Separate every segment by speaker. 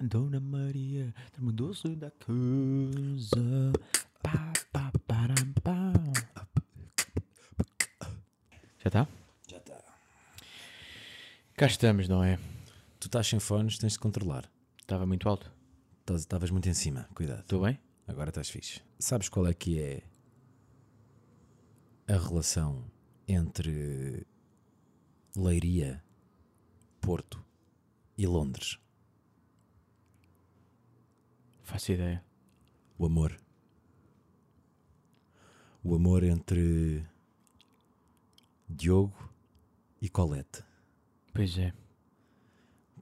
Speaker 1: Dona Maria, trama o doce da casa. Pá, pá, param, pá. Já tá?
Speaker 2: Já está.
Speaker 1: Cá estamos, não é?
Speaker 2: Tu estás sem fones, tens de controlar.
Speaker 1: Estava muito alto.
Speaker 2: Estás- Estavas muito em cima, cuidado.
Speaker 1: Estou bem?
Speaker 2: Agora estás fixe. Sabes qual é que é a relação entre Leiria, Porto e Londres?
Speaker 1: Faço ideia.
Speaker 2: O amor. O amor entre Diogo e Colette,
Speaker 1: Pois é.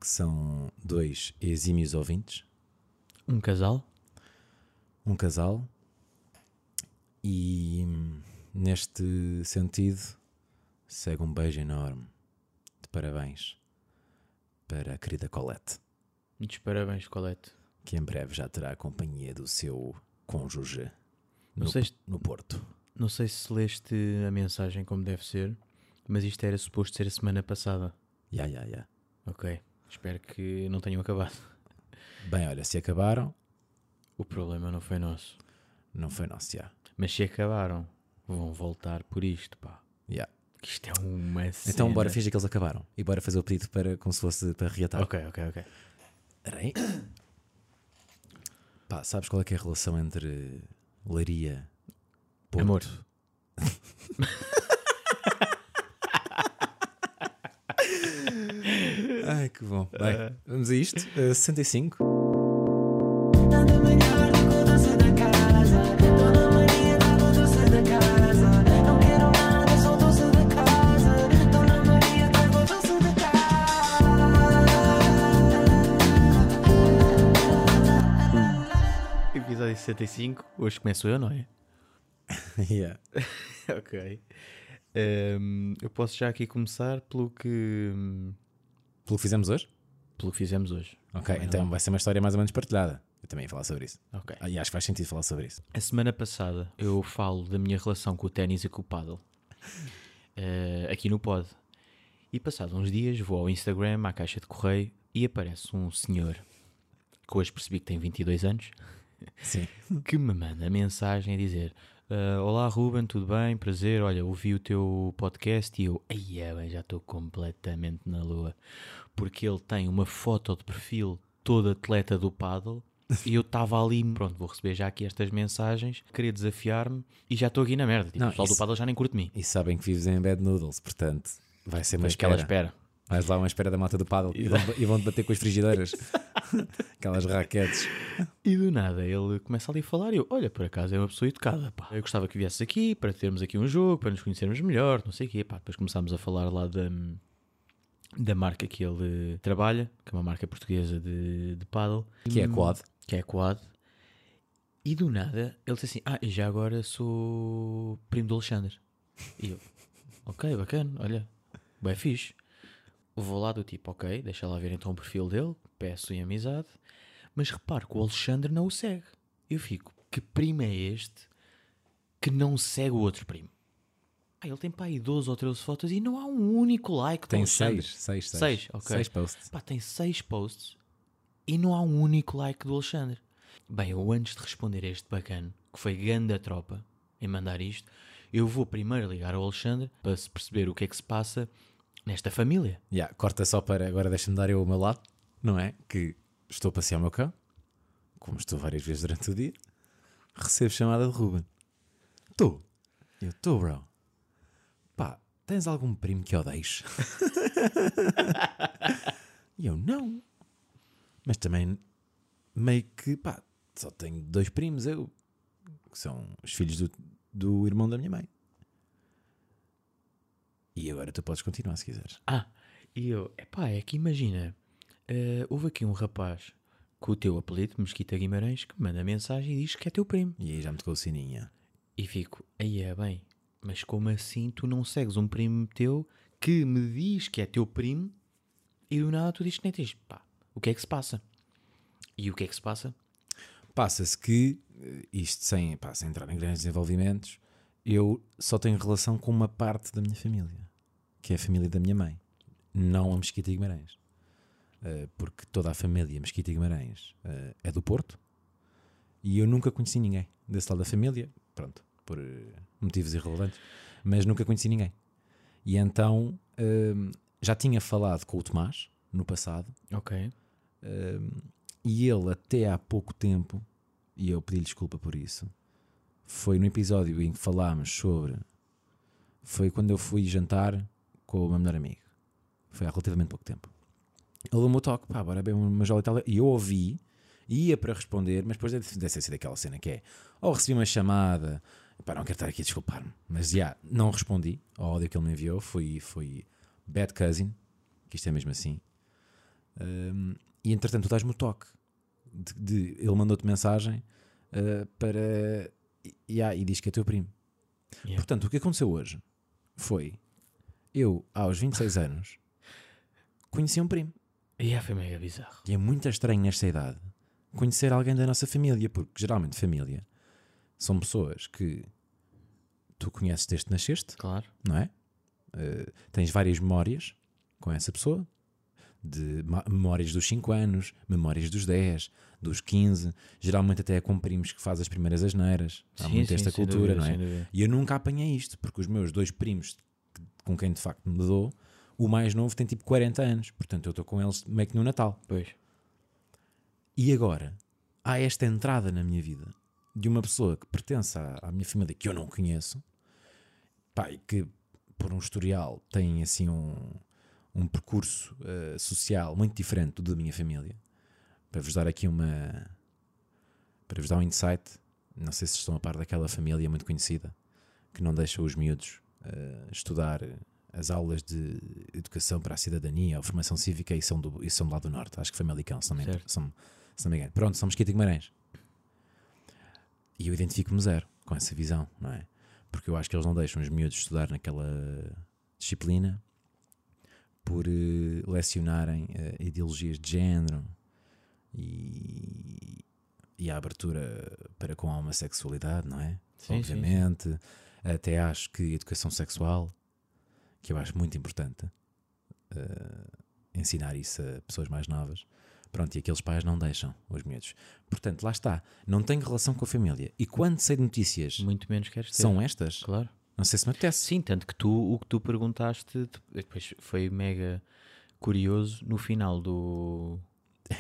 Speaker 2: que são dois exímios ouvintes,
Speaker 1: Um casal?
Speaker 2: um casal, e hum, neste sentido segue um beijo enorme de parabéns para a querida Colette,
Speaker 1: Muitos parabéns, Colete.
Speaker 2: que em breve já terá a companhia do seu cônjuge
Speaker 1: Não
Speaker 2: no-
Speaker 1: sei se-
Speaker 2: no Porto.
Speaker 1: Não sei se leste a mensagem como deve ser, mas isto era suposto ser a semana passada.
Speaker 2: Ya, ya, ya.
Speaker 1: Ok. Espero que não tenham acabado.
Speaker 2: Bem, olha, se acabaram,
Speaker 1: O problema não foi nosso.
Speaker 2: não foi nosso, já.
Speaker 1: Mas se acabaram, vão voltar por isto, pá.
Speaker 2: Ya.
Speaker 1: Que isto é uma cena.
Speaker 2: Então, bora fingir que eles acabaram e bora fazer o pedido para como se fosse para reatar.
Speaker 1: né? Ok, ok, ok.
Speaker 2: Peraí. Pá, sabes qual é que é a relação entre Leiria, Porto?
Speaker 1: Amor.
Speaker 2: Ai, que bom.
Speaker 1: É.
Speaker 2: Bem, vamos a isto. Uh, 65.
Speaker 3: Dona Maria do doce da casa, Dona Maria do doce da casa, não quero nada, sou doce da casa, Dona Maria do doce da
Speaker 1: Episódio 65. Hoje começo eu, não é?
Speaker 2: yeah.
Speaker 1: ok. Ehm, eu posso já aqui começar pelo que.
Speaker 2: Pelo que fizemos hoje?
Speaker 1: pelo que fizemos hoje.
Speaker 2: Ok, então vai ser uma história mais ou menos partilhada. Eu também ia falar sobre isso.
Speaker 1: Ok.
Speaker 2: Ah, e acho que faz sentido falar sobre isso.
Speaker 1: A semana passada eu falo da minha relação com o ténis e com o paddle eh, aqui no pod. E passados uns dias vou ao Instagram, à caixa de correio e aparece um senhor que hoje percebi que tem 22 anos
Speaker 2: Sim.
Speaker 1: que me manda mensagem a dizer "Ah, Olá Ruben, tudo bem? Prazer, olha, ouvi o teu podcast e eu "Ai, é, bem, já estou completamente na lua porque ele tem uma foto de perfil todo atleta do paddle e eu estava ali, pronto, vou receber já aqui estas mensagens, queria desafiar-me e já estou aqui na merda, tipo,
Speaker 2: Não,
Speaker 1: o pessoal do
Speaker 2: isso-
Speaker 1: paddle já nem curte mim
Speaker 2: E sabem que vives em Bad Noodles, portanto, vai ser uma
Speaker 1: mas que ela espera
Speaker 2: Vais lá uma espera da malta do paddle e vão- e vão-te bater com as frigideiras. Aquelas raquetes.
Speaker 1: E do nada ele começa ali a falar e eu, olha, por acaso é uma pessoa educada, pá. Eu gostava que viesses aqui para termos aqui um jogo, para nos conhecermos melhor, não sei o quê, pá. Depois começámos a falar lá da, da marca que ele trabalha, que é uma marca portuguesa de, de paddle,
Speaker 2: Que é quad.
Speaker 1: que é a Quad. E do nada ele disse assim, ah, e já agora sou primo do Alexandre. E eu, ok, bacana, olha, bem fixe. Vou lá do tipo, ok, deixa lá ver então o perfil dele, peço em amizade, mas reparo que o Alexandre não o segue. Eu fico, que primo é este que não segue o outro primo? Ah, ele tem para aí 12 ou 13 fotos e não há um único like do
Speaker 2: Tem
Speaker 1: Alexandre.
Speaker 2: seis, seis, seis.
Speaker 1: Seis, ok.
Speaker 2: Seis posts.
Speaker 1: Pá, tem seis posts e não há um único like do Alexandre. Bem, eu antes de responder a este bacano, que foi grande a tropa em mandar isto, eu vou primeiro ligar ao Alexandre para se perceber o que é que se passa nesta família.
Speaker 2: Yeah, corta só para. Agora deixa-me dar eu o meu lado, não é? Que estou a passear o meu cão, como estou várias vezes durante o dia, recebo chamada de Ruben. Estou. Eu estou, bro. Pá, tens algum primo que odeies? e eu não. Mas também, meio que, pá, só tenho dois primos, eu, que são os filhos do, do irmão da minha mãe. E agora tu podes continuar se quiseres.
Speaker 1: Ah, e eu, epá, é que imagina, eh, houve aqui um rapaz com o teu apelido, Mesquita Guimarães, que manda mensagem e diz que é teu primo.
Speaker 2: E aí já me tocou o sininho.
Speaker 1: E fico, aí é bem, mas como assim tu não segues um primo teu que me diz que é teu primo e do nada tu dizes que nem tens? Pá, o que é que se passa? E o que é que se passa?
Speaker 2: Passa-se que, eh, isto sem, pá, sem entrar em grandes desenvolvimentos, eu só tenho relação com uma parte da minha família, que é a família da minha mãe, não a Mesquita Guimarães. eh, porque toda a família Mesquita e Guimarães eh, é do Porto e eu nunca conheci ninguém desse lado da família, pronto, por eh, motivos irrelevantes, mas nunca conheci ninguém. E então ehm, já tinha falado com o Tomás no passado
Speaker 1: Ok.
Speaker 2: um, e ele, até há pouco tempo, e eu pedi-lhe desculpa por isso, foi no episódio em que falámos sobre. Foi quando eu fui jantar com o meu melhor amigo. Foi há relativamente pouco tempo. Ele deu-me o toque, pá, bora beber uma jola e tal. E eu ouvi, ia para responder, mas depois deve deve ter sido aquela cena que é: ou recebi uma chamada, pá, não quero estar aqui a desculpar-me. Mas já, não respondi ao áudio que ele me enviou. Foi, foi Bad Cousin, que isto é mesmo assim. Um, e entretanto, tu dás-me o toque. De, de- ele mandou-te mensagem uh, para. E, e, ah, e diz que é teu primo.
Speaker 1: Yeah.
Speaker 2: Portanto, o que aconteceu hoje foi. Eu, aos 26 anos, conheci um primo.
Speaker 1: E yeah, foi mega bizarro.
Speaker 2: E é muito estranho nesta idade conhecer alguém da nossa família, porque geralmente família são pessoas que tu conheces desde que nasceste,
Speaker 1: Claro.
Speaker 2: não é? Eh, tens várias memórias com essa pessoa, de ma- memórias dos 5 anos, memórias dos 10, dos 15, geralmente até com primos que faz as primeiras asneiras. Há muito esta
Speaker 1: sem
Speaker 2: cultura,
Speaker 1: dúvida,
Speaker 2: não é?
Speaker 1: sem dúvida.
Speaker 2: E eu nunca apanhei isto, porque os meus dois primos que- com quem de facto me dou, o mais novo tem tipo 40 anos, portanto eu estou com eles meio que no Natal.
Speaker 1: Pois.
Speaker 2: E agora há esta entrada na minha vida de uma pessoa que pertence à, à minha família que eu não conheço, pá, e que por um historial tem assim um, um percurso eh, social muito diferente do da minha família. Para vos dar aqui uma. para vos dar um insight, não sei se estão a par daquela família muito conhecida que não deixa os miúdos eh, estudar as aulas de educação para a cidadania ou formação cívica e são, do, e são lá do norte, acho que foi Malicão, se não me engano.
Speaker 1: Certo.
Speaker 2: São- se não me engano. Pronto, são Mesquita e Guimarães. E eu identifico-me zero com essa visão, não é? Porque eu acho que eles não deixam os miúdos estudar naquela disciplina por eh, lecionarem eh, ideologias de género e, e a abertura para com a homossexualidade, não é?
Speaker 1: Sim, sim,
Speaker 2: Obviamente. Até acho que educação sexual, que eu acho muito importante, eh, ensinar isso a pessoas mais novas. Pronto, e aqueles pais não deixam os miúdos. Portanto, lá está. Não tenho relação com a família. E quando sei de notícias,
Speaker 1: Muito menos queres ter.
Speaker 2: são estas?
Speaker 1: Claro.
Speaker 2: Não sei se me apetece.
Speaker 1: Sim, tanto que tu, o que tu perguntaste de- depois foi mega curioso no final do.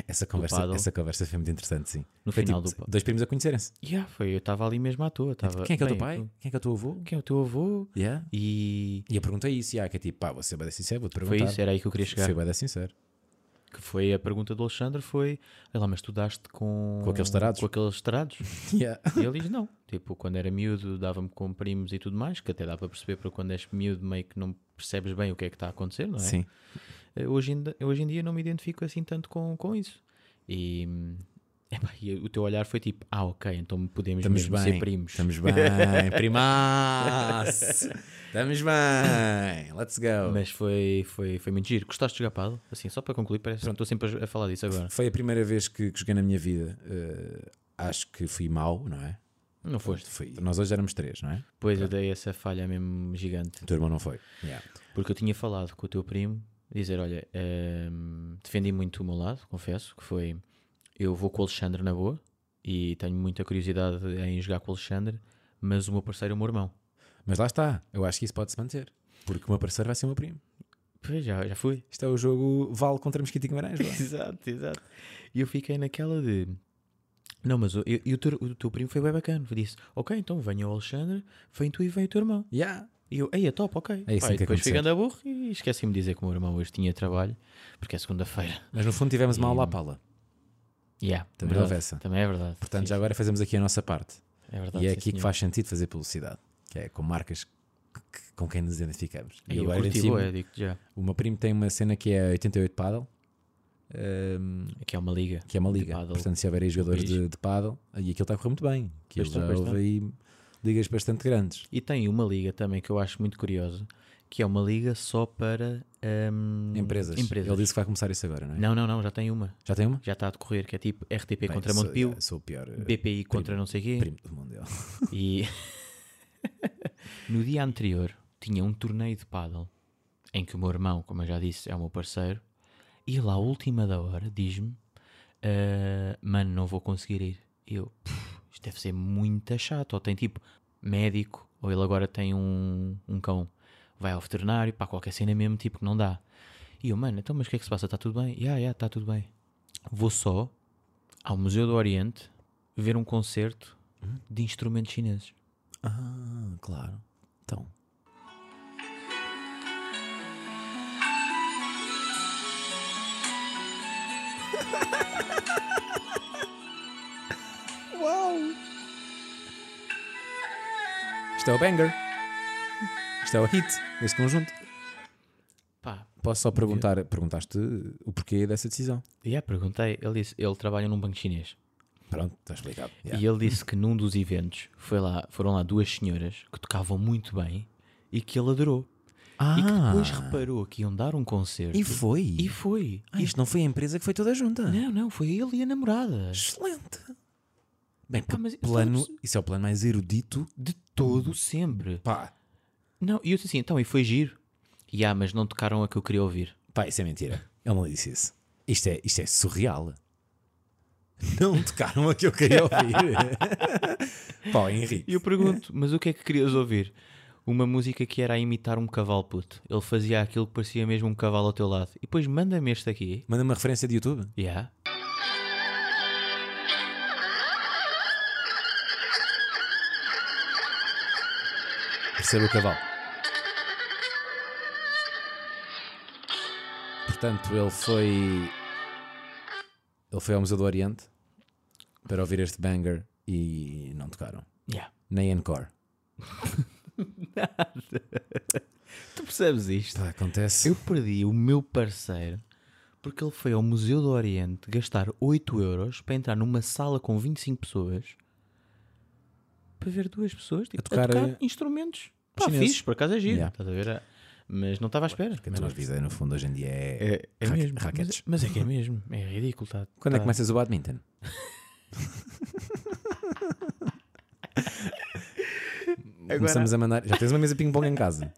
Speaker 2: Essa conversa,
Speaker 1: paddle.
Speaker 2: essa conversa foi muito interessante, sim.
Speaker 1: No
Speaker 2: Foi
Speaker 1: final do
Speaker 2: tipo,
Speaker 1: pa-
Speaker 2: dois primos a conhecerem-se.
Speaker 1: Yeah, foi, eu estava ali mesmo à toa. Tava,
Speaker 2: Quem é que é o teu
Speaker 1: bem,
Speaker 2: pai? Quem é que é o teu avô?
Speaker 1: Quem é o teu avô?
Speaker 2: Yeah.
Speaker 1: E
Speaker 2: E eu perguntei isso, e há que é tipo, pá, você vai dar sincero, vou-te perguntar.
Speaker 1: foi isso, era aí que eu queria chegar.
Speaker 2: Foi vai dar sincero.
Speaker 1: Que foi a pergunta do Alexandre: foi, olha lá, mas tu daste com.
Speaker 2: Com aqueles tarados?"
Speaker 1: Com aqueles tarados?
Speaker 2: Yeah.
Speaker 1: e ele diz: não. Tipo, quando era miúdo, dava-me com primos e tudo mais, que até dá para perceber, porque quando és miúdo, meio que não percebes bem o que é que está a acontecer, não é?
Speaker 2: Sim.
Speaker 1: Eh, hoje, ainda, eu hoje em dia não me identifico assim tanto com, com isso. E, hum, epá, e o teu olhar foi tipo, ah, ok, então podemos
Speaker 2: Estamos
Speaker 1: mesmo
Speaker 2: bem.
Speaker 1: ser primos.
Speaker 2: Estamos bem. Primaço. Estamos bem. Let's go.
Speaker 1: Mas foi, foi, foi muito giro. Gostaste de jogar paddle? Assim, só para concluir, parece que estou sempre a- a falar disso agora.
Speaker 2: Foi a primeira vez que, que joguei na minha vida. Eh, acho que fui mau, não é?
Speaker 1: Não foste.
Speaker 2: Foi. Nós hoje éramos três, não é?
Speaker 1: Depois eu dei essa falha mesmo gigante.
Speaker 2: O teu irmão não foi. Yeah.
Speaker 1: Porque eu tinha falado com o teu primo, dizer, olha, ehm, defendi muito o meu lado, confesso, que foi, eu vou com o Alexandre na boa e tenho muita curiosidade em jogar com o Alexandre, mas o meu parceiro é o meu irmão.
Speaker 2: Mas lá está. Eu acho que isso pode-se manter. Porque o meu parceiro vai ser o meu primo.
Speaker 1: Pois, já, já fui.
Speaker 2: Isto é o jogo Vale contra Mosquito e Guimarães. é? vá.
Speaker 1: exato, exato. E eu fiquei naquela de. Não, mas o, e, e o, teu, o teu primo foi bem bacana. Foi Disse: Ok, então venha o Alexandre, vem tu e vem o teu irmão.
Speaker 2: yeah.
Speaker 1: E eu, aí é top, ok.
Speaker 2: É
Speaker 1: Pá,
Speaker 2: isso que tem
Speaker 1: e
Speaker 2: que
Speaker 1: depois fui
Speaker 2: acontecer.
Speaker 1: andando a burro e esqueci-me de dizer que o meu irmão hoje tinha trabalho, porque é segunda-feira.
Speaker 2: Mas no fundo tivemos uma aula à pala.
Speaker 1: Yeah,
Speaker 2: Também
Speaker 1: verdade.
Speaker 2: houve essa.
Speaker 1: Também é verdade.
Speaker 2: Portanto,
Speaker 1: Sim,
Speaker 2: já agora fazemos aqui a nossa parte.
Speaker 1: é verdade,
Speaker 2: E é
Speaker 1: sim,
Speaker 2: aqui que
Speaker 1: senhor.
Speaker 2: faz sentido fazer publicidade, que é com marcas que- que- com quem nos identificamos.
Speaker 1: Aí eu
Speaker 2: agora
Speaker 1: curti,
Speaker 2: identifico-
Speaker 1: bué, digo-te já.
Speaker 2: o meu primo tem uma cena que é 88 Paddle, ehm,
Speaker 1: Aqui é uma liga.
Speaker 2: que é uma liga.
Speaker 1: paddle.
Speaker 2: Portanto, se houver aí jogadores
Speaker 1: País.
Speaker 2: de, de paddle, aí aquilo está a correr muito bem. Que
Speaker 1: Pois
Speaker 2: ele
Speaker 1: está,
Speaker 2: já
Speaker 1: pois
Speaker 2: houve aí ligas bastante grandes.
Speaker 1: E tem uma liga também que eu acho muito curiosa, que é uma liga só para ehm,
Speaker 2: Empresas. Ele disse que vai começar isso agora, não é?
Speaker 1: Não, não, não, já tem uma.
Speaker 2: Já tem uma?
Speaker 1: já está a decorrer, que é tipo RTP
Speaker 2: Bem,
Speaker 1: contra
Speaker 2: sou-
Speaker 1: Montepio,
Speaker 2: yeah, Sou o pior eh,
Speaker 1: BPI contra não sei quê.
Speaker 2: primo do mundo. eu.
Speaker 1: E no dia anterior tinha um torneio de paddle em que o meu irmão, como eu já disse, é o meu parceiro, E lá, à última da hora, diz-me: "Ah, Mano, não vou conseguir ir. E eu, "Pff, isto deve ser muito chato. Ou tem tipo médico, ou ele agora tem um, um cão, vai ao veterinário, para qualquer cena mesmo, tipo que não dá. E eu, mano, então, mas o que é que se passa? Está tudo bem? Ya, ya, está tudo bem. Vou só ao Museu do Oriente ver um concerto de instrumentos chineses.
Speaker 2: Ah, claro. Então. Uau! Isto é o banger. Isto é o hit deste conjunto.
Speaker 1: Pá,
Speaker 2: Posso só perguntar, perguntaste o porquê dessa decisão.
Speaker 1: e aí perguntei, ele disse, ele trabalha num banco chinês.
Speaker 2: Pronto, está explicado.
Speaker 1: E ele disse que num dos eventos foi lá, foram lá duas senhoras que tocavam muito bem e que ele adorou. E que depois reparou que iam dar um concerto.
Speaker 2: ah, E foi.
Speaker 1: Ah. E Ah. foi.
Speaker 2: Ah, isto não foi a empresa que foi toda junta.
Speaker 1: Não, não, foi ele e a namorada.
Speaker 2: Excelente. Bem,
Speaker 1: Epá,
Speaker 2: que
Speaker 1: mas isso é
Speaker 2: plano,
Speaker 1: absurdo.
Speaker 2: isso é o plano mais erudito.
Speaker 1: De todo sempre.
Speaker 2: Pá,
Speaker 1: Não, e eu disse assim, então, e foi giro. E ah, mas não tocaram a que eu queria ouvir.
Speaker 2: pá, isso é mentira. Ele não disse isso. Isto é, isto é surreal. Não tocaram a que eu queria ouvir. pá, Henrique.
Speaker 1: E eu pergunto, mas o que é que querias ouvir? Uma música que era a imitar um cavalo puto. Ele fazia aquilo que parecia mesmo um cavalo ao teu lado. E depois manda-me este aqui.
Speaker 2: Manda uma referência de YouTube.
Speaker 1: Yeah.
Speaker 2: Perceba o cavalo. Portanto, ele foi. Ele foi ao Museu do Oriente para ouvir este banger e não tocaram.
Speaker 1: Yeah.
Speaker 2: Nem encore.
Speaker 1: Tu percebes isto?
Speaker 2: Pá, acontece.
Speaker 1: Eu perdi o meu parceiro porque ele foi ao Museu do Oriente gastar 8 euros para entrar numa sala com 25 pessoas para ver duas pessoas tipo, a,
Speaker 2: tocar,
Speaker 1: tocar,
Speaker 2: eh,
Speaker 1: instrumentos. Pá,
Speaker 2: chineses.
Speaker 1: fixe, por acaso é giro.
Speaker 2: Yeah.
Speaker 1: Estás a ver? Ah, Mas não estava à espera.
Speaker 2: Que a tua vida, no fundo, hoje em dia é.
Speaker 1: É, é
Speaker 2: raque-
Speaker 1: mesmo.
Speaker 2: raquetes.
Speaker 1: Mas, mas é que é mesmo. É ridículo. Tá,
Speaker 2: Quando é que
Speaker 1: tá-
Speaker 2: começas o badminton? Começamos a mandar. Já tens uma mesa de ping-pong em casa.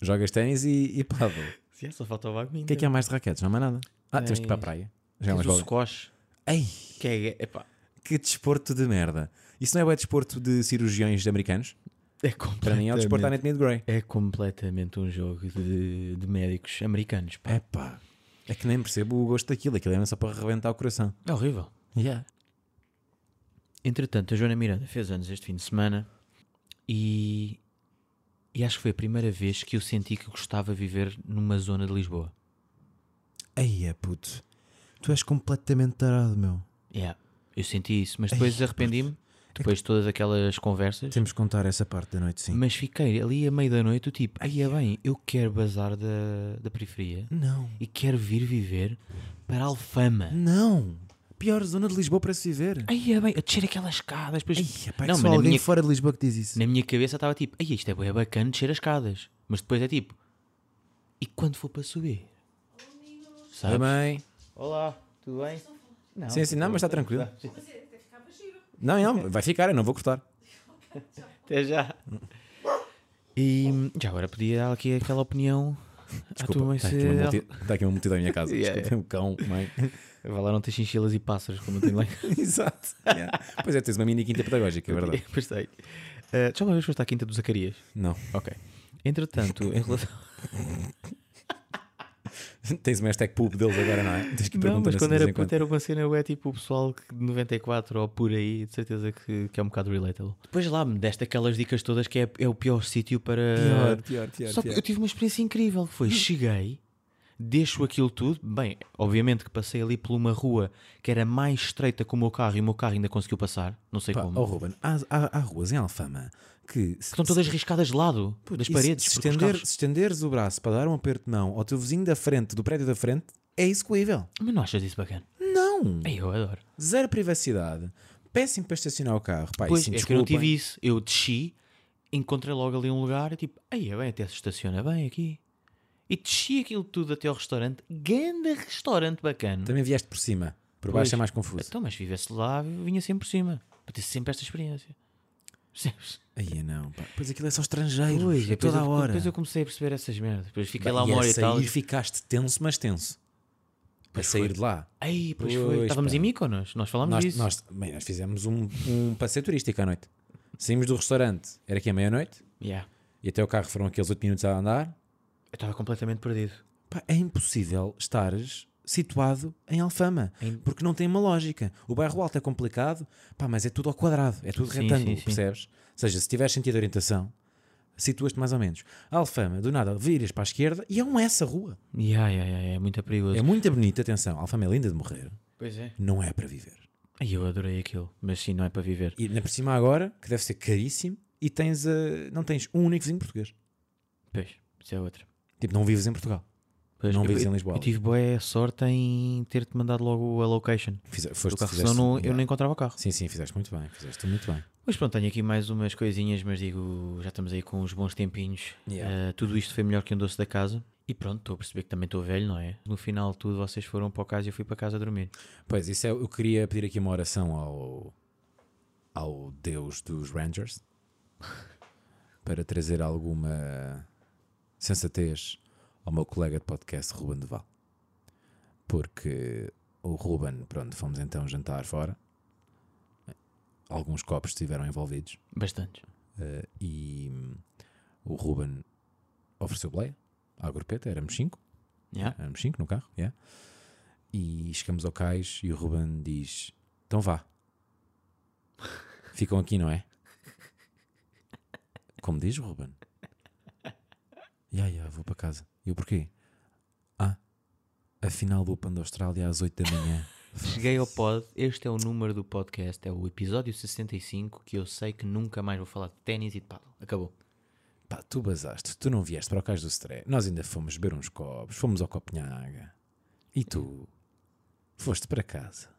Speaker 2: Jogas ténis e, e paddle. O
Speaker 1: Sim, só falta o bagulho.
Speaker 2: que é que há mais de raquetes? Não há mais nada. Ah, temos que ir para a praia. Já é mais
Speaker 1: o
Speaker 2: vôlei.
Speaker 1: squash.
Speaker 2: Ei,
Speaker 1: Que é, epá,
Speaker 2: que desporto de merda. Isso não é o desporto de cirurgiões americanos?
Speaker 1: é
Speaker 2: Para mim é o desporto da
Speaker 1: completamente.
Speaker 2: Anatomia de Grey.
Speaker 1: É completamente um jogo de, de médicos americanos. Pá.
Speaker 2: É pá. É que nem percebo o gosto daquilo. Aquilo é só para reventar o coração.
Speaker 1: é horrível. Entretanto, a Joana Miranda fez anos este fim de semana e, e acho que foi a primeira vez que eu senti que gostava de viver numa zona de Lisboa.
Speaker 2: Ei, é puto. Tu és completamente tarado, meu.
Speaker 1: Yeah, eu senti isso, mas depois arrependi-me, depois de todas aquelas conversas,
Speaker 2: Temos que contar essa parte da noite, sim.
Speaker 1: mas fiquei ali a meio da noite, o tipo, aí é bem, eu quero bazar da, da periferia
Speaker 2: Não.
Speaker 1: e quero vir viver para Alfama.
Speaker 2: Não. Pior zona de Lisboa para se viver.
Speaker 1: Aí é bem, a descer aquelas escadas, depois...
Speaker 2: Ei, pá, é que
Speaker 1: não, mas
Speaker 2: só
Speaker 1: na
Speaker 2: alguém
Speaker 1: minha,
Speaker 2: fora de Lisboa que diz isso.
Speaker 1: na minha cabeça estava tipo, aí isto é bem bacana descer as escadas, mas depois é tipo, e quando for para subir? Sabes?
Speaker 2: Também.
Speaker 1: Olá, tudo bem? Não.
Speaker 2: Sim, sim, não, mas está tranquilo. Não, não, vai ficar, eu não vou cortar.
Speaker 1: Até já. E já agora podia dar aqui aquela opinião à tua
Speaker 2: Desculpa,
Speaker 1: mãe
Speaker 2: está
Speaker 1: se.
Speaker 2: aqui, uma multi- está aqui uma multidão em minha casa.
Speaker 1: Yeah,
Speaker 2: Desculpa, um cão, mãe.
Speaker 1: Vai lá não ter chinchilas e pássaros como eu tenho lá. em casa.
Speaker 2: Exato. Yeah. Pois é, tens uma mini quinta pedagógica, é verdade.
Speaker 1: Pois sei. Ah, já uma vez foste à Quinta do Zacarias.
Speaker 2: Não.
Speaker 1: Ok. Entretanto, em relação.
Speaker 2: Tens uma hashtag poop deles agora, não é? Tens que
Speaker 1: Não,
Speaker 2: perguntar
Speaker 1: mas
Speaker 2: assim
Speaker 1: quando
Speaker 2: de
Speaker 1: era
Speaker 2: vez em quando.
Speaker 1: puto era uma cena, é tipo o pessoal que de 94 ou por aí, de certeza que, que é um bocado relatable. Depois lá me deste aquelas dicas todas que é, é o pior sítio para.
Speaker 2: Pior, pior, pior.
Speaker 1: Só que
Speaker 2: pior.
Speaker 1: eu tive uma experiência incrível. que Foi, cheguei, deixo aquilo tudo. Bem, obviamente que passei ali por uma rua que era mais estreita que o meu carro e o meu carro ainda conseguiu passar. Não sei
Speaker 2: Pá,
Speaker 1: como.
Speaker 2: oh, Ruben, há, há- há ruas em Alfama que se-
Speaker 1: Estão todas riscadas de lado das
Speaker 2: E se-
Speaker 1: paredes.
Speaker 2: Se,
Speaker 1: porque os
Speaker 2: estender,
Speaker 1: carros-
Speaker 2: se estenderes o braço para dar um aperto de mão ao teu vizinho da frente, do prédio da frente, é execuível.
Speaker 1: Mas não achas isso bacana?
Speaker 2: Não!
Speaker 1: Ei, eu adoro.
Speaker 2: Zero privacidade. Péssimo para estacionar o carro. Pá,
Speaker 1: Pois,
Speaker 2: isso,
Speaker 1: é que eu não
Speaker 2: desculpem.
Speaker 1: tive isso. Eu desci, encontrei logo ali um lugar e tipo, aí é bem, até se estaciona bem aqui. E desci aquilo tudo até ao restaurante. Ganda restaurante bacana.
Speaker 2: Também vieste por cima. Por
Speaker 1: Pois.
Speaker 2: baixo é mais confuso.
Speaker 1: Então, mas vivesse lá, vinha sempre por cima. Para ter sempre esta experiência. Percebes?
Speaker 2: Aí não, pá. Pois aquilo é só estrangeiros.
Speaker 1: Pois,
Speaker 2: é
Speaker 1: depois
Speaker 2: toda a
Speaker 1: eu,
Speaker 2: hora.
Speaker 1: Depois eu comecei a perceber essas merdas. Depois fiquei
Speaker 2: Bah,
Speaker 1: lá
Speaker 2: e
Speaker 1: uma
Speaker 2: a
Speaker 1: hora e tal.
Speaker 2: sair ficaste tenso, mas tenso. para
Speaker 1: Pois
Speaker 2: sair
Speaker 1: foi.
Speaker 2: de lá.
Speaker 1: Ei, pois
Speaker 2: Pois,
Speaker 1: foi. Estávamos
Speaker 2: pá.
Speaker 1: em Mykonos, nós falámos
Speaker 2: Nós,
Speaker 1: disso.
Speaker 2: nós, bem, nós fizemos um, um passeio turístico à noite. Saímos do restaurante, era aqui à meia-noite,
Speaker 1: Yeah.
Speaker 2: e até o carro foram aqueles 8 minutos a andar.
Speaker 1: Eu estava completamente perdido.
Speaker 2: Pá, é impossível estares situado em Alfama,
Speaker 1: Em-
Speaker 2: porque não tem uma lógica. O bairro alto é complicado, pá, mas é tudo ao quadrado, é tudo
Speaker 1: Sim,
Speaker 2: retângulo,
Speaker 1: sim, sim.
Speaker 2: percebes? Ou seja, se tiveres sentido de orientação, situas-te mais ou menos. A Alfama, do nada, viras para a esquerda e é um S a rua.
Speaker 1: Yeah, yeah, yeah, é muito perigoso.
Speaker 2: É muito bonita, atenção. Alfama é linda de morrer,
Speaker 1: Pois é.
Speaker 2: não é para viver.
Speaker 1: Ai, eu adorei aquilo, mas sim, não é para viver.
Speaker 2: E na por cima agora, que deve ser caríssimo, e tens eh, não tens um único vizinho português.
Speaker 1: Pois, isso é outra.
Speaker 2: Tipo, não vives em Portugal.
Speaker 1: Pois,
Speaker 2: Não
Speaker 1: eu-
Speaker 2: vives
Speaker 1: eu-
Speaker 2: em Lisboa.
Speaker 1: Eu tive boa sorte em ter-te mandado logo a location.
Speaker 2: Fiz,
Speaker 1: Do
Speaker 2: foste,
Speaker 1: carro, senão
Speaker 2: fizeste- um
Speaker 1: não, eu
Speaker 2: yeah.
Speaker 1: não encontrava o carro.
Speaker 2: Sim, sim, fizeste muito bem, fizeste muito bem.
Speaker 1: Mas pronto, tenho aqui mais umas coisinhas, mas digo, já estamos aí com uns bons tempinhos.
Speaker 2: Yeah.
Speaker 1: Ah, tudo isto foi melhor que um doce da casa. E pronto, estou a perceber que também estou velho, não é? No final de tudo, vocês foram para o casa e eu fui para casa dormir.
Speaker 2: Pois, isso é, eu queria pedir aqui uma oração ao, ao Deus dos Rangers para trazer alguma sensatez ao meu colega de podcast, Ruben Deval. Porque o Ruben, pronto, fomos então jantar fora. Alguns copos estiveram envolvidos
Speaker 1: Bastantes.
Speaker 2: eh, e hum, o Ruben ofereceu boleia à grupeta, éramos cinco.
Speaker 1: Yeah?
Speaker 2: Éramos cinco no carro, yeah. E chegamos ao cais e o Ruben diz: Então vá. Ficam aqui, não é? Como diz o Ruben? Ya, ya, vou para casa. E o porquê? Ah, a final do Open da Austrália é às 8 da manhã.
Speaker 1: Cheguei ao pod, este é o número do podcast, é o episódio 65, que eu sei que nunca mais vou falar de ténis e de paddle. Acabou.
Speaker 2: Pá, tu basaste, tu não vieste para o cais do Stré. Nós ainda fomos beber uns copos, fomos ao Copenhaga. E tu foste para casa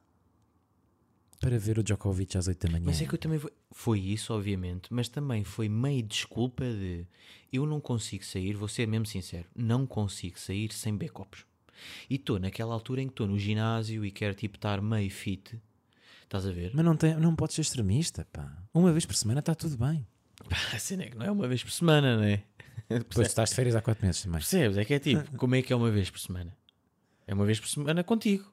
Speaker 2: para ver o Djokovic às 8 da manhã.
Speaker 1: Mas é que eu também vou... Foi isso, obviamente, mas também foi meio desculpa de eu não consigo sair, vou ser mesmo sincero, não consigo sair sem backups. E estou naquela altura em que estou no ginásio e quero tipo estar meio fit. Estás a ver?
Speaker 2: Mas não, tem, não podes ser extremista, pá. Uma vez por semana está tudo bem.
Speaker 1: Pá, a cena é que não é uma vez por semana, não é?
Speaker 2: Depois estás de férias há quatro meses também.
Speaker 1: Percebes? É que é tipo, como é que é uma vez por semana? É uma vez por semana contigo.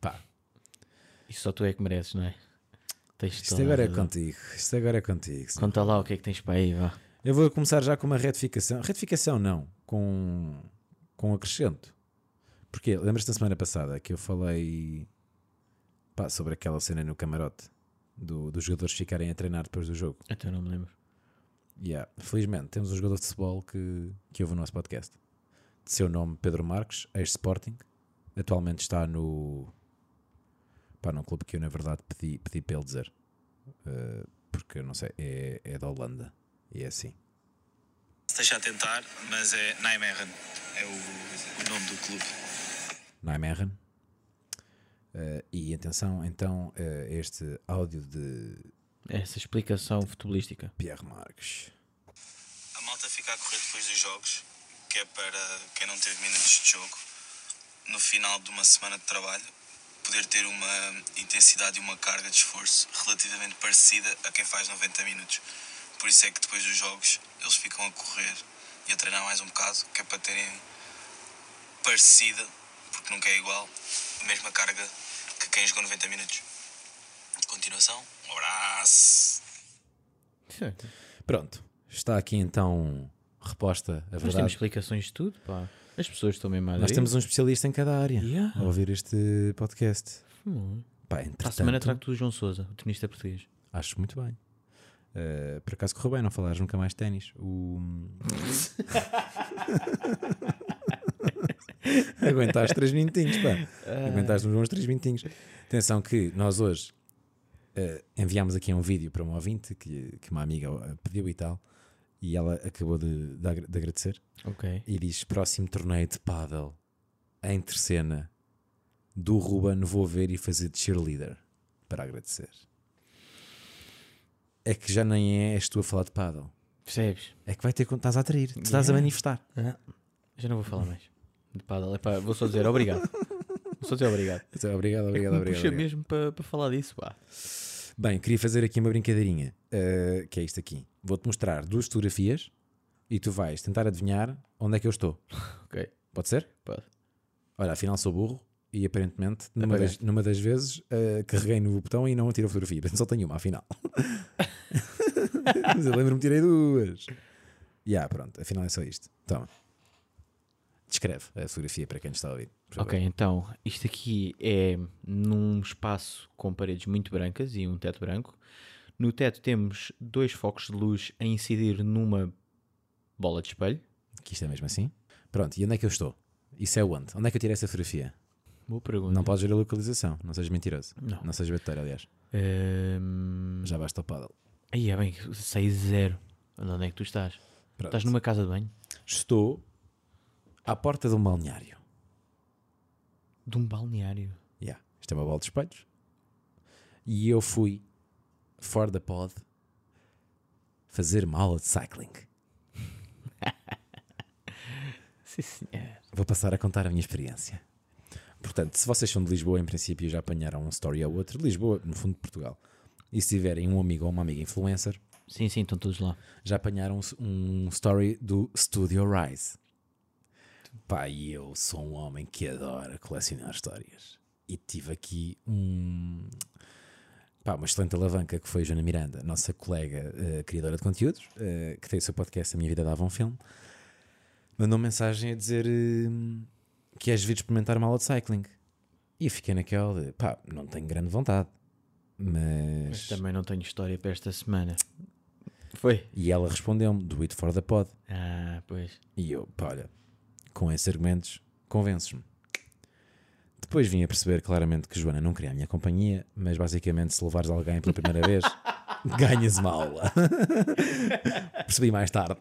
Speaker 2: Pá,
Speaker 1: Isso só tu é que mereces, não é? Tens
Speaker 2: isto
Speaker 1: toda a
Speaker 2: agora é
Speaker 1: razão.
Speaker 2: contigo. Isto agora é contigo. senhor.
Speaker 1: Conta lá o que é que tens para aí, vá.
Speaker 2: Eu vou começar já com uma retificação. Retificação não, com, com um acrescento. Porque lembras-te da semana passada que eu falei pá, sobre aquela cena no camarote do- dos jogadores ficarem a treinar depois do jogo.
Speaker 1: Até Então, não me lembro.
Speaker 2: Yeah. Felizmente, temos um jogador de futebol que, que ouve o nosso podcast. De seu nome, Pedro Marques, ex-Sporting. Atualmente está no. Pá, num clube que eu, na verdade, pedi, pedi para ele dizer. Eh, porque, eu não sei, é, é da Holanda. E é assim.
Speaker 4: Deixa a tentar, mas é Nijmegen. É o, o nome do clube.
Speaker 2: Nijmegen. é Eh, e atenção, então, eh, este áudio de
Speaker 1: Essa explicação futebolística.
Speaker 2: Pierre Marques.
Speaker 4: A malta fica a correr depois dos jogos, que é para quem não teve minutos de jogo, no final de uma semana de trabalho, poder ter uma intensidade e uma carga de esforço relativamente parecida a quem faz 90 minutos. Por isso é que depois dos jogos eles ficam a correr e a treinar mais um bocado, que é para terem parecida, porque nunca é igual, a mesma carga que quem jogou 90 minutos. Continuação, um abraço!
Speaker 1: Certo.
Speaker 2: Pronto, está aqui então reposta a
Speaker 1: Nós temos
Speaker 2: verdade.
Speaker 1: explicadas de tudo, pá. As pessoas estão mesmo a
Speaker 2: Nós
Speaker 1: aderir.
Speaker 2: temos um especialista em cada área
Speaker 1: Yeah.
Speaker 2: a ouvir este podcast.
Speaker 1: Hum.
Speaker 2: Pá,
Speaker 1: Para a
Speaker 2: entretanto,
Speaker 1: semana trago-te o João Sousa, o tenista português.
Speaker 2: acho muito bem. Eh, por acaso correu bem, não falares nunca mais de ténis. O... Aguentaste 3 minutinhos, pá.
Speaker 1: Ah.
Speaker 2: Aguentaste uns bons 3 minutinhos. Atenção que nós hoje eh, enviámos aqui um vídeo para um ouvinte que, que uma amiga eh, pediu e tal. E ela acabou de- de agra- de agradecer.
Speaker 1: Ok.
Speaker 2: E diz: próximo torneio de paddle em terceira do Ruben, vou ver e fazer de cheerleader para agradecer. É que já nem és tu a falar de paddle.
Speaker 1: Percebes?
Speaker 2: É que vai ter quando estás a atrair, te estás
Speaker 1: Yeah.
Speaker 2: a manifestar.
Speaker 1: Já não vou falar mais. De pádel, é pá, vou só dizer obrigado. Vou só dizer obrigado.
Speaker 2: Então, Obrigado, obrigado,
Speaker 1: É Me
Speaker 2: obrigado.
Speaker 1: Puxa
Speaker 2: obrigado.
Speaker 1: mesmo para falar disso, pá.
Speaker 2: Bem, queria fazer aqui uma brincadeirinha, eh, que é isto aqui. Vou-te mostrar duas fotografias e tu vais tentar adivinhar onde é que eu estou.
Speaker 1: Ok.
Speaker 2: Pode ser?
Speaker 1: Pode.
Speaker 2: Olha, afinal sou burro e aparentemente numa,
Speaker 1: Apaguei.
Speaker 2: das, numa das vezes eh, carreguei no botão e não tirei a fotografia. Portanto, Só tenho uma, afinal. Mas eu lembro-me que tirei duas. E yeah, pronto, afinal é só isto. Toma. Descreve a fotografia para quem nos está a ouvir. por favor.
Speaker 1: Ok, então, isto aqui é num espaço com paredes muito brancas e um teto branco. No teto temos dois focos de luz a incidir numa bola de espelho.
Speaker 2: Que isto é mesmo assim. Pronto, e onde é que eu estou? Isso é onde? Onde é que eu tirei essa fotografia?
Speaker 1: Boa pergunta.
Speaker 2: Não podes ver a localização, não sejas mentiroso.
Speaker 1: Não.
Speaker 2: Não sejas bateiro, aliás.
Speaker 1: Ehm,
Speaker 2: Já basta o paddle.
Speaker 1: Aí é bem, que sei zero. Onde é que tu estás?
Speaker 2: Pronto.
Speaker 1: Estás numa casa de banho?
Speaker 2: Estou à porta de um balneário.
Speaker 1: De um balneário.
Speaker 2: Yeah. Isto é uma bola de espelhos. E eu fui, fora da pod, fazer uma aula de cycling.
Speaker 1: Sim, senhor.
Speaker 2: Vou passar a contar a minha experiência. Portanto, se vocês são de Lisboa, em princípio já apanharam um story ou outro. Lisboa, no fundo de Portugal. E se tiverem um amigo ou uma amiga influencer,
Speaker 1: Sim, sim, estão todos lá.
Speaker 2: já apanharam um story do Studio Rise. Pá, e eu sou um homem que adora colecionar histórias. E tive aqui um. Pá, uma excelente alavanca que foi a Joana Miranda, nossa colega eh, criadora de conteúdos, eh, que tem o seu podcast A Minha Vida Dava um Filme, mandou mensagem a dizer eh, queres vir experimentar uma aula de cycling. E eu fiquei naquela de, pá, não tenho grande vontade, mas.
Speaker 1: Também não tenho história para esta semana. Foi?
Speaker 2: E ela respondeu-me: do it for the pod.
Speaker 1: Ah, pois.
Speaker 2: E eu, pá, olha, com esses argumentos, convences-me. Depois vim a perceber claramente que Joana não queria a minha companhia, mas basicamente se levares alguém pela primeira vez, ganhas uma aula. Percebi mais tarde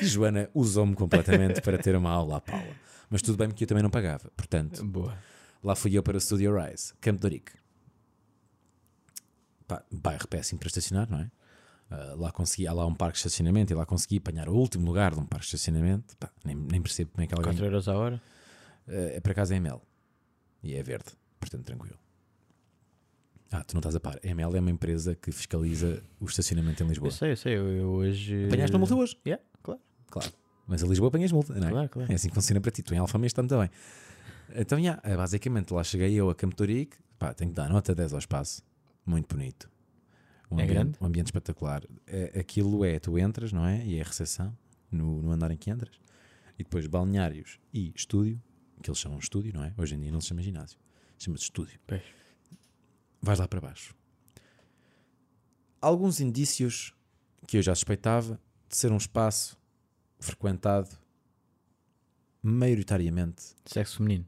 Speaker 2: que Joana usou-me completamente para ter uma aula à Paula. Mas tudo bem que eu também não pagava. Portanto,
Speaker 1: Boa.
Speaker 2: lá fui eu para o Studio Rise, Campo de Ourique. Pá, bairro péssimo para estacionar, não é? Ah, lá consegui, há lá um parque de estacionamento e lá consegui apanhar o último lugar de um parque de estacionamento. Pá, nem, nem percebo como é que alguém.
Speaker 1: 4 euros a hora?
Speaker 2: Eh, por acaso é ML. E é verde, portanto tranquilo. Ah, tu não estás a par. A ML é uma empresa que fiscaliza o estacionamento em Lisboa.
Speaker 1: Eu sei, eu sei. Eu, eu hoje.
Speaker 2: Apanhaste uma multa hoje?
Speaker 1: Yeah, claro.
Speaker 2: Claro. Mas a Lisboa apanhas multa, não é?
Speaker 1: Claro, claro.
Speaker 2: É assim que funciona para ti. Tu em Alfama está muito bem. Então, já, eh, basicamente, lá cheguei eu a Campo de Ourique. Pá, tenho que dar nota 10 ao espaço. Muito bonito. Um
Speaker 1: É
Speaker 2: ambiente,
Speaker 1: grande?
Speaker 2: Um ambiente espetacular. É, aquilo é, tu entras, não é? E é a recepção, no, no andar em que entras. E depois balneários e estúdio, que eles chamam de estúdio, não é? Hoje em dia não se chama ginásio. Chama-se estúdio.
Speaker 1: Pois.
Speaker 2: Vais lá para baixo. Alguns indícios que eu já suspeitava de ser um espaço frequentado maioritariamente
Speaker 1: Sexo feminino.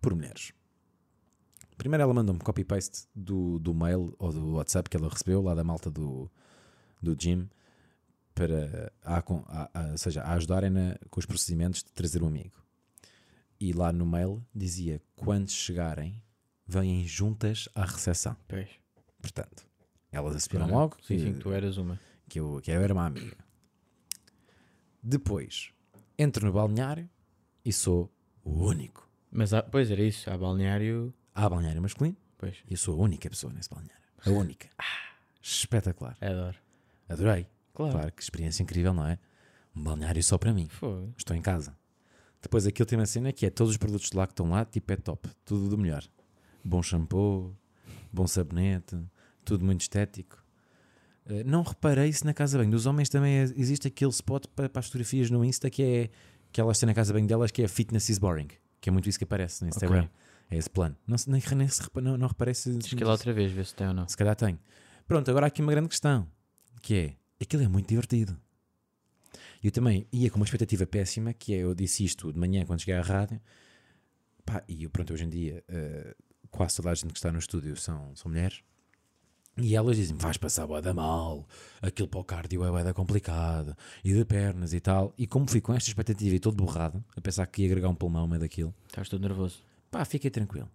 Speaker 2: por mulheres. Primeiro ela mandou-me copy-paste do, do mail ou do WhatsApp que ela recebeu lá da malta do, do gym para a, acon- a- a- ou seja, a ajudarem na, com os procedimentos de trazer um amigo. E lá no mail dizia quando chegarem, vêm juntas à recepção.
Speaker 1: Pois.
Speaker 2: Portanto, elas assumiram logo
Speaker 1: Sim,
Speaker 2: que-
Speaker 1: sim, tu eras uma.
Speaker 2: que eu, que eu era uma amiga. Depois, entro no balneário e sou o único.
Speaker 1: Mas há- pois era isso. Há balneário.
Speaker 2: Há balneário masculino
Speaker 1: Pois.
Speaker 2: e eu sou a única pessoa nesse balneário. A única. Ah, Espetacular.
Speaker 1: Adoro.
Speaker 2: Adorei.
Speaker 1: É Claro.
Speaker 2: Claro, que experiência incrível, não é? Um balneário só para mim.
Speaker 1: Fogo.
Speaker 2: Estou em casa. Depois aquilo tem uma cena que é todos os produtos de lá que estão lá, tipo é top, tudo do melhor. Bom shampoo, bom sabonete, tudo muito estético. Eh, Não reparei se na casa bem. Dos homens também é- existe aquele spot para, para as fotografias no Insta que é que elas têm na casa bem delas, que é Fitness is Boring, que é muito isso que aparece no Instagram.
Speaker 1: Ok.
Speaker 2: É esse plano. Não, se- nem, nem se repa- não, não reparei se,
Speaker 1: Diz que é lá outra vez, ver se tem ou não.
Speaker 2: se calhar tenho. Pronto, agora há aqui uma grande questão, que é, aquilo é muito divertido. Eu também ia com uma expectativa péssima, que é, eu disse isto de manhã quando cheguei à rádio, pá, e eu, pronto, hoje em dia, eh, quase toda a gente que está no estúdio são, são mulheres, e elas dizem, vais passar bué da mal, aquilo para o cardio é bué da complicado, e de pernas e tal, e como fui com esta expectativa e todo borrado, a pensar que ia agregar um pulmão ao meio daquilo,
Speaker 1: Estás todo nervoso.
Speaker 2: pá, fiquei tranquilo.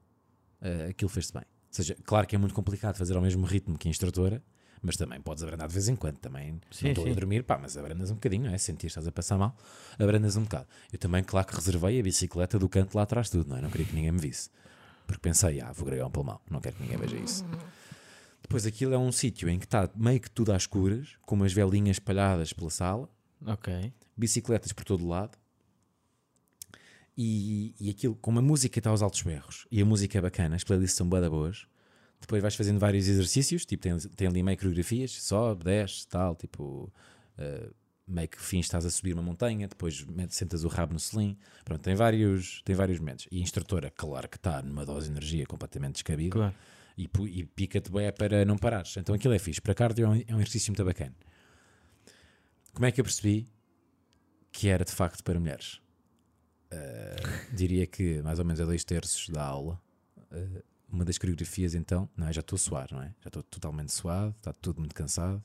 Speaker 2: Ah, aquilo fez-se bem. Ou seja, claro que é muito complicado fazer ao mesmo ritmo que a instrutora, mas também podes abrandar de vez em quando. Também
Speaker 1: Sim,
Speaker 2: não estou a
Speaker 1: sim.
Speaker 2: dormir, pá, mas abrandas um bocadinho, não é? Sentir estás a passar mal, abrandas um bocado. Eu também, claro que reservei a bicicleta do canto lá atrás de tudo, não é? Não queria que ninguém me visse. Porque pensei, ah, vou gregar um pulmão, não quero que ninguém veja isso. Depois aquilo é um sítio em que está meio que tudo às escuras, com umas velinhas espalhadas pela sala,
Speaker 1: Ok.
Speaker 2: bicicletas por todo lado. E, e aquilo, como a música está aos altos berros e a música é bacana, as playlists são bada boas. Depois vais fazendo vários exercícios, tipo, tem, tem ali meio coreografias, sobe, desce, tal, tipo, eh, meio que fins estás a subir uma montanha, depois metes- sentas o rabo no selim. Pronto, tem vários, tem vários momentos. E a instrutora, claro que está numa dose de energia completamente descabida
Speaker 1: Claro.
Speaker 2: e, pu- e pica-te bem para não parares. Então aquilo é fixe. Para cardio é um, é um exercício muito bacana. Como é que eu percebi que era de facto para mulheres? Eh, diria que mais ou menos a dois terços da aula. eh, uma das coreografias, então, não é? Já estou a suar, não é? Já estou totalmente suado, está tudo muito cansado.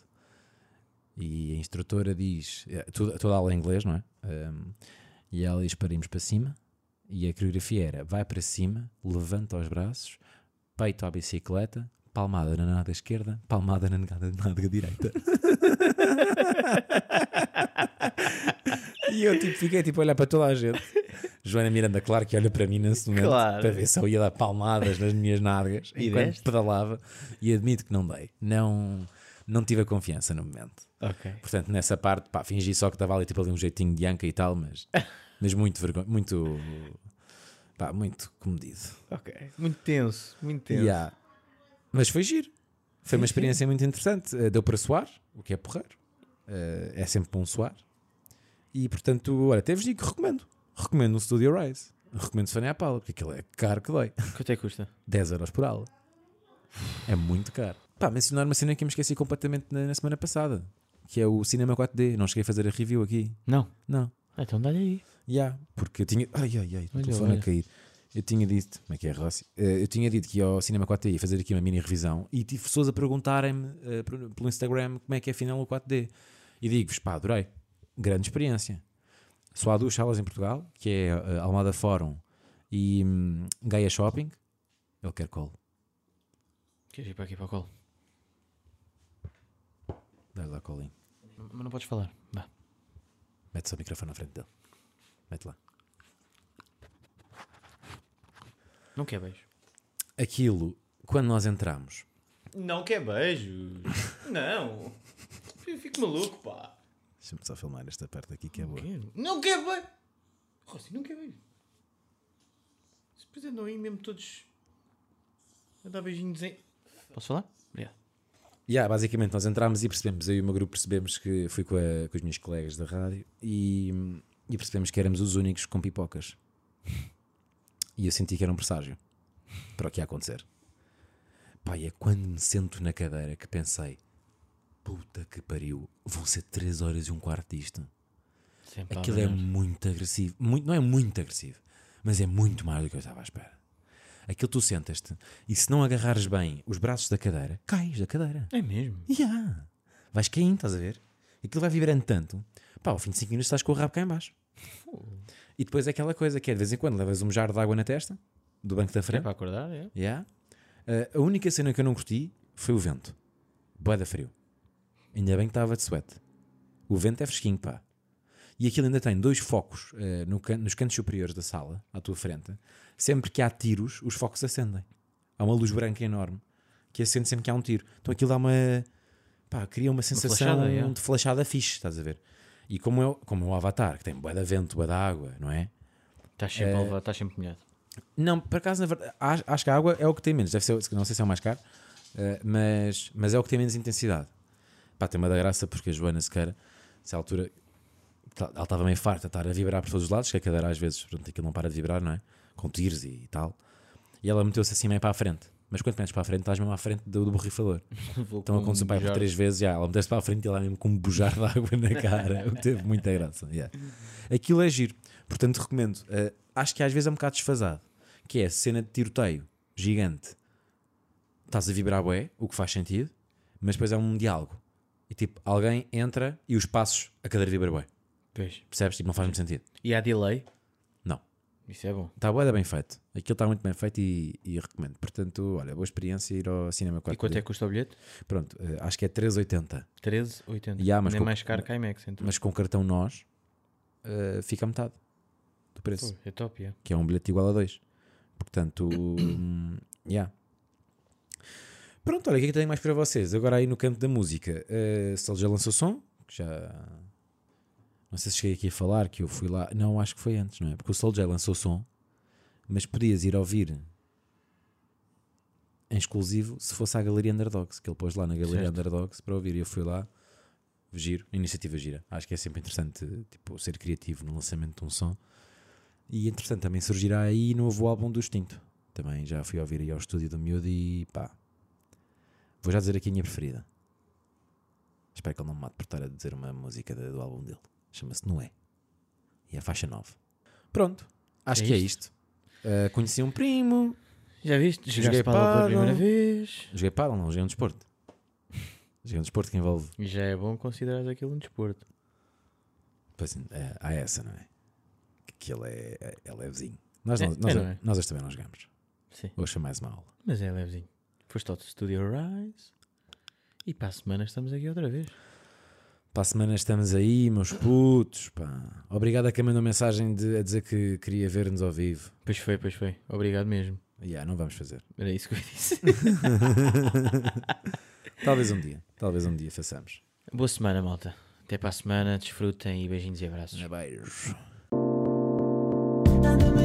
Speaker 2: E a instrutora diz: eh, toda, toda a aula em inglês, não é? Ehm, e ela diz: para irmos para cima. E a coreografia era: vai para cima, levanta os braços, peito à bicicleta, palmada na nada esquerda, palmada na nada, nada direita. e eu tipo, fiquei tipo a olhar para toda a gente. Joana Miranda, claro que olha para mim nesse momento
Speaker 1: Claro.
Speaker 2: para ver se eu ia dar palmadas nas minhas nádegas
Speaker 1: E
Speaker 2: enquanto
Speaker 1: deste?
Speaker 2: pedalava e admito que não dei. Não, não tive a confiança no momento.
Speaker 1: Ok.
Speaker 2: Portanto, nessa parte, pá, fingi só que estava ali tipo ali um jeitinho de anca e tal, mas, mas muito vergonha, muito, pá, muito comedido.
Speaker 1: Ok. Muito tenso, muito tenso.
Speaker 2: Yeah. Mas foi giro. Foi uma experiência muito interessante. Eh, Deu para suar, o que é porreiro. Eh, é sempre bom suar. E portanto, olha, até vos digo que recomendo. Recomendo o Studio Rise. Recomendo Sony à Paula, porque aquilo é caro que dói.
Speaker 1: Quanto é que custa?
Speaker 2: 10 euros por aula. É muito caro. Pá, mencionar uma cena que eu me esqueci completamente na, na semana passada, que é o Cinema 4D. Não cheguei a fazer a review aqui.
Speaker 1: Não.
Speaker 2: Não.
Speaker 1: Ah, Então dá-lhe aí.
Speaker 2: Yeah, porque eu tinha. Ai, ai, ai, o
Speaker 1: Olha,
Speaker 2: telefone
Speaker 1: olha.
Speaker 2: a cair. Eu tinha dito. Como é que é, Rossi? Eh, eu tinha dito que ia ao Cinema 4D ia fazer aqui uma mini revisão e tive pessoas a perguntarem-me eh, por- pelo Instagram como é que é afinal o 4D. E digo-vos, pá, adorei. Grande experiência. Só há duas salas em Portugal, que é eh, Almada Fórum e hum, Gaia Shopping. Ele quer colo.
Speaker 1: Queres ir para aqui para o colo?
Speaker 2: Dá-lhe lá colinho.
Speaker 1: Mas não podes falar. Vá.
Speaker 2: Mete só o microfone na frente dele. Mete lá.
Speaker 1: Não quer beijo.
Speaker 2: Aquilo, quando nós entramos,
Speaker 1: Não quer beijo. não. Eu fico maluco, pá.
Speaker 2: deixa-me só filmar esta parte aqui que é boa.
Speaker 1: Não quer beijo. Rossi, não quer beijo. Se depois andam aí mesmo todos a dar beijinhos em... Posso falar? Obrigado.
Speaker 2: Yeah, basicamente nós entramos e percebemos, eu e o meu grupo percebemos que fui com, a- com os meus colegas da rádio e, e percebemos que éramos os únicos com pipocas. E eu senti que era um presságio para o que ia acontecer. Pai, é quando me sento na cadeira que pensei: puta que pariu, vão ser 3 horas e um quarto disto.
Speaker 1: Sempre
Speaker 2: Aquilo é muito agressivo. Muito, não é muito agressivo, mas é muito mais do que eu estava à espera. Aquilo tu sentas-te e se não agarrares bem os braços da cadeira, cais da cadeira.
Speaker 1: É mesmo?
Speaker 2: Ya! Vais caindo, estás a ver? Aquilo vai vibrando tanto. Pá, ao fim de 5 minutos estás com o rabo cá em baixo. E depois é aquela coisa que é de vez em quando levas um jarro de água na testa, do banco da
Speaker 1: É
Speaker 2: frente.
Speaker 1: para acordar, é?
Speaker 2: Ya. Ah, a única cena que eu não curti foi o vento. Boeda frio. Ainda bem que estava de sweat. O vento é fresquinho, pá. E aquilo ainda tem dois focos ah, no can- nos cantos superiores da sala, à tua frente. Sempre que há tiros, os focos acendem. Há uma luz branca enorme que acende sempre que há um tiro. Então aquilo dá uma. pá, cria uma sensação
Speaker 1: flashada, yeah.
Speaker 2: de flashada fixe, estás a ver? E como é, o- como é o Avatar, que tem boeda vento, boeda água, não é?
Speaker 1: Estás sempre, a levar, estás sempre molhado.
Speaker 2: Não, por acaso, na verdade, acho, acho que a água é o que tem menos. Deve ser, não sei se é o mais caro, eh, mas, mas é o que tem menos intensidade. Pá, tem uma da graça porque a Joana Sequeira, nessa altura, tá- ela estava meio farta de estar a vibrar por todos os lados, que é a cadeira às vezes, pronto, aquilo não para de vibrar, não é? Com tiros e, tal. E ela meteu-se assim meio para a frente. Mas quanto menos para a frente, estás mesmo à frente do, do borrifador. Então
Speaker 1: um
Speaker 2: aconteceu pai por três vezes, já, ela meteu-se para a frente e ela mesmo com um bujar de água na cara, o que teve muita graça. yeah. Aquilo é giro, portanto recomendo. Uh, acho que às vezes é um bocado desfasado, que é a cena de tiroteio gigante. Estás a vibrar bué, o que faz sentido, mas depois é um diálogo. E tipo, alguém entra e os passos, a cadeira vibra bué.
Speaker 1: Pois.
Speaker 2: Percebes? Tipo, não faz muito sentido.
Speaker 1: E há delay?
Speaker 2: Não.
Speaker 1: Isso é bom.
Speaker 2: Está bué, é bem feito. Aquilo está muito bem feito e, e recomendo. Portanto, olha, boa experiência ir ao cinema 4D.
Speaker 1: E quanto é que custa o bilhete?
Speaker 2: Pronto, uh, acho que é 3,80.
Speaker 1: 13,80.
Speaker 2: Ya, mas
Speaker 1: Nem
Speaker 2: com-
Speaker 1: mais caro que a IMAX, então.
Speaker 2: mas com cartão nós eh, fica a metade do preço,
Speaker 1: Pô, é top, ya.
Speaker 2: que é um bilhete igual a dois. Portanto, hum, yeah. Pronto, olha, o que é que tenho mais para vocês? Agora aí no canto da música, eh, Sol já lançou som, que já Não sei se cheguei aqui a falar que eu fui lá. Não, acho que foi antes, não é? Porque o Soulja lançou som, mas podias ir ouvir em exclusivo se fosse à Galeria Underdogs, que ele pôs lá na Galeria
Speaker 1: Certo.
Speaker 2: Underdogs para ouvir. E eu fui lá, giro, iniciativa gira. Acho que é sempre interessante tipo, ser criativo no lançamento de um som. E entretanto também surgirá aí novo álbum do Extinto. Também já fui ouvir aí ao estúdio do Miúdo e pá. Vou já dizer aqui a minha preferida. Espero que ele não me mate por estar a dizer uma música da- do álbum dele. Chama-se Noé. E é a faixa 9. Pronto. Acho
Speaker 1: É
Speaker 2: que é isto. Uh, conheci um primo.
Speaker 1: Já viste?
Speaker 2: Joguei
Speaker 1: Jogaste para pela
Speaker 2: pádel.
Speaker 1: primeira vez.
Speaker 2: Joguei paddle, não. Joguei um desporto. Joguei um desporto que envolve.
Speaker 1: E já é bom considerar aquilo um desporto.
Speaker 2: Pois, é, há essa, não é? Que- Que ele é, é- é levezinho. Nós,
Speaker 1: É,
Speaker 2: não- nós,
Speaker 1: é, não é?
Speaker 2: nós hoje também não jogamos.
Speaker 1: Sim.
Speaker 2: Hoje foi mais uma aula.
Speaker 1: Mas é levezinho. Foste ao Studio Rise. E para a semana estamos aqui outra vez.
Speaker 2: Para a semana estamos aí, meus putos. Pá. Obrigado a quem mandou mensagem de- a dizer que queria ver-nos ao vivo.
Speaker 1: Pois foi, pois foi. Obrigado mesmo.
Speaker 2: Yeah, não vamos fazer.
Speaker 1: Era isso que eu disse.
Speaker 2: Talvez um dia. Talvez um dia façamos.
Speaker 1: Boa semana, malta. Até para a semana. Desfrutem e beijinhos e abraços.
Speaker 2: Beijos.
Speaker 3: Dando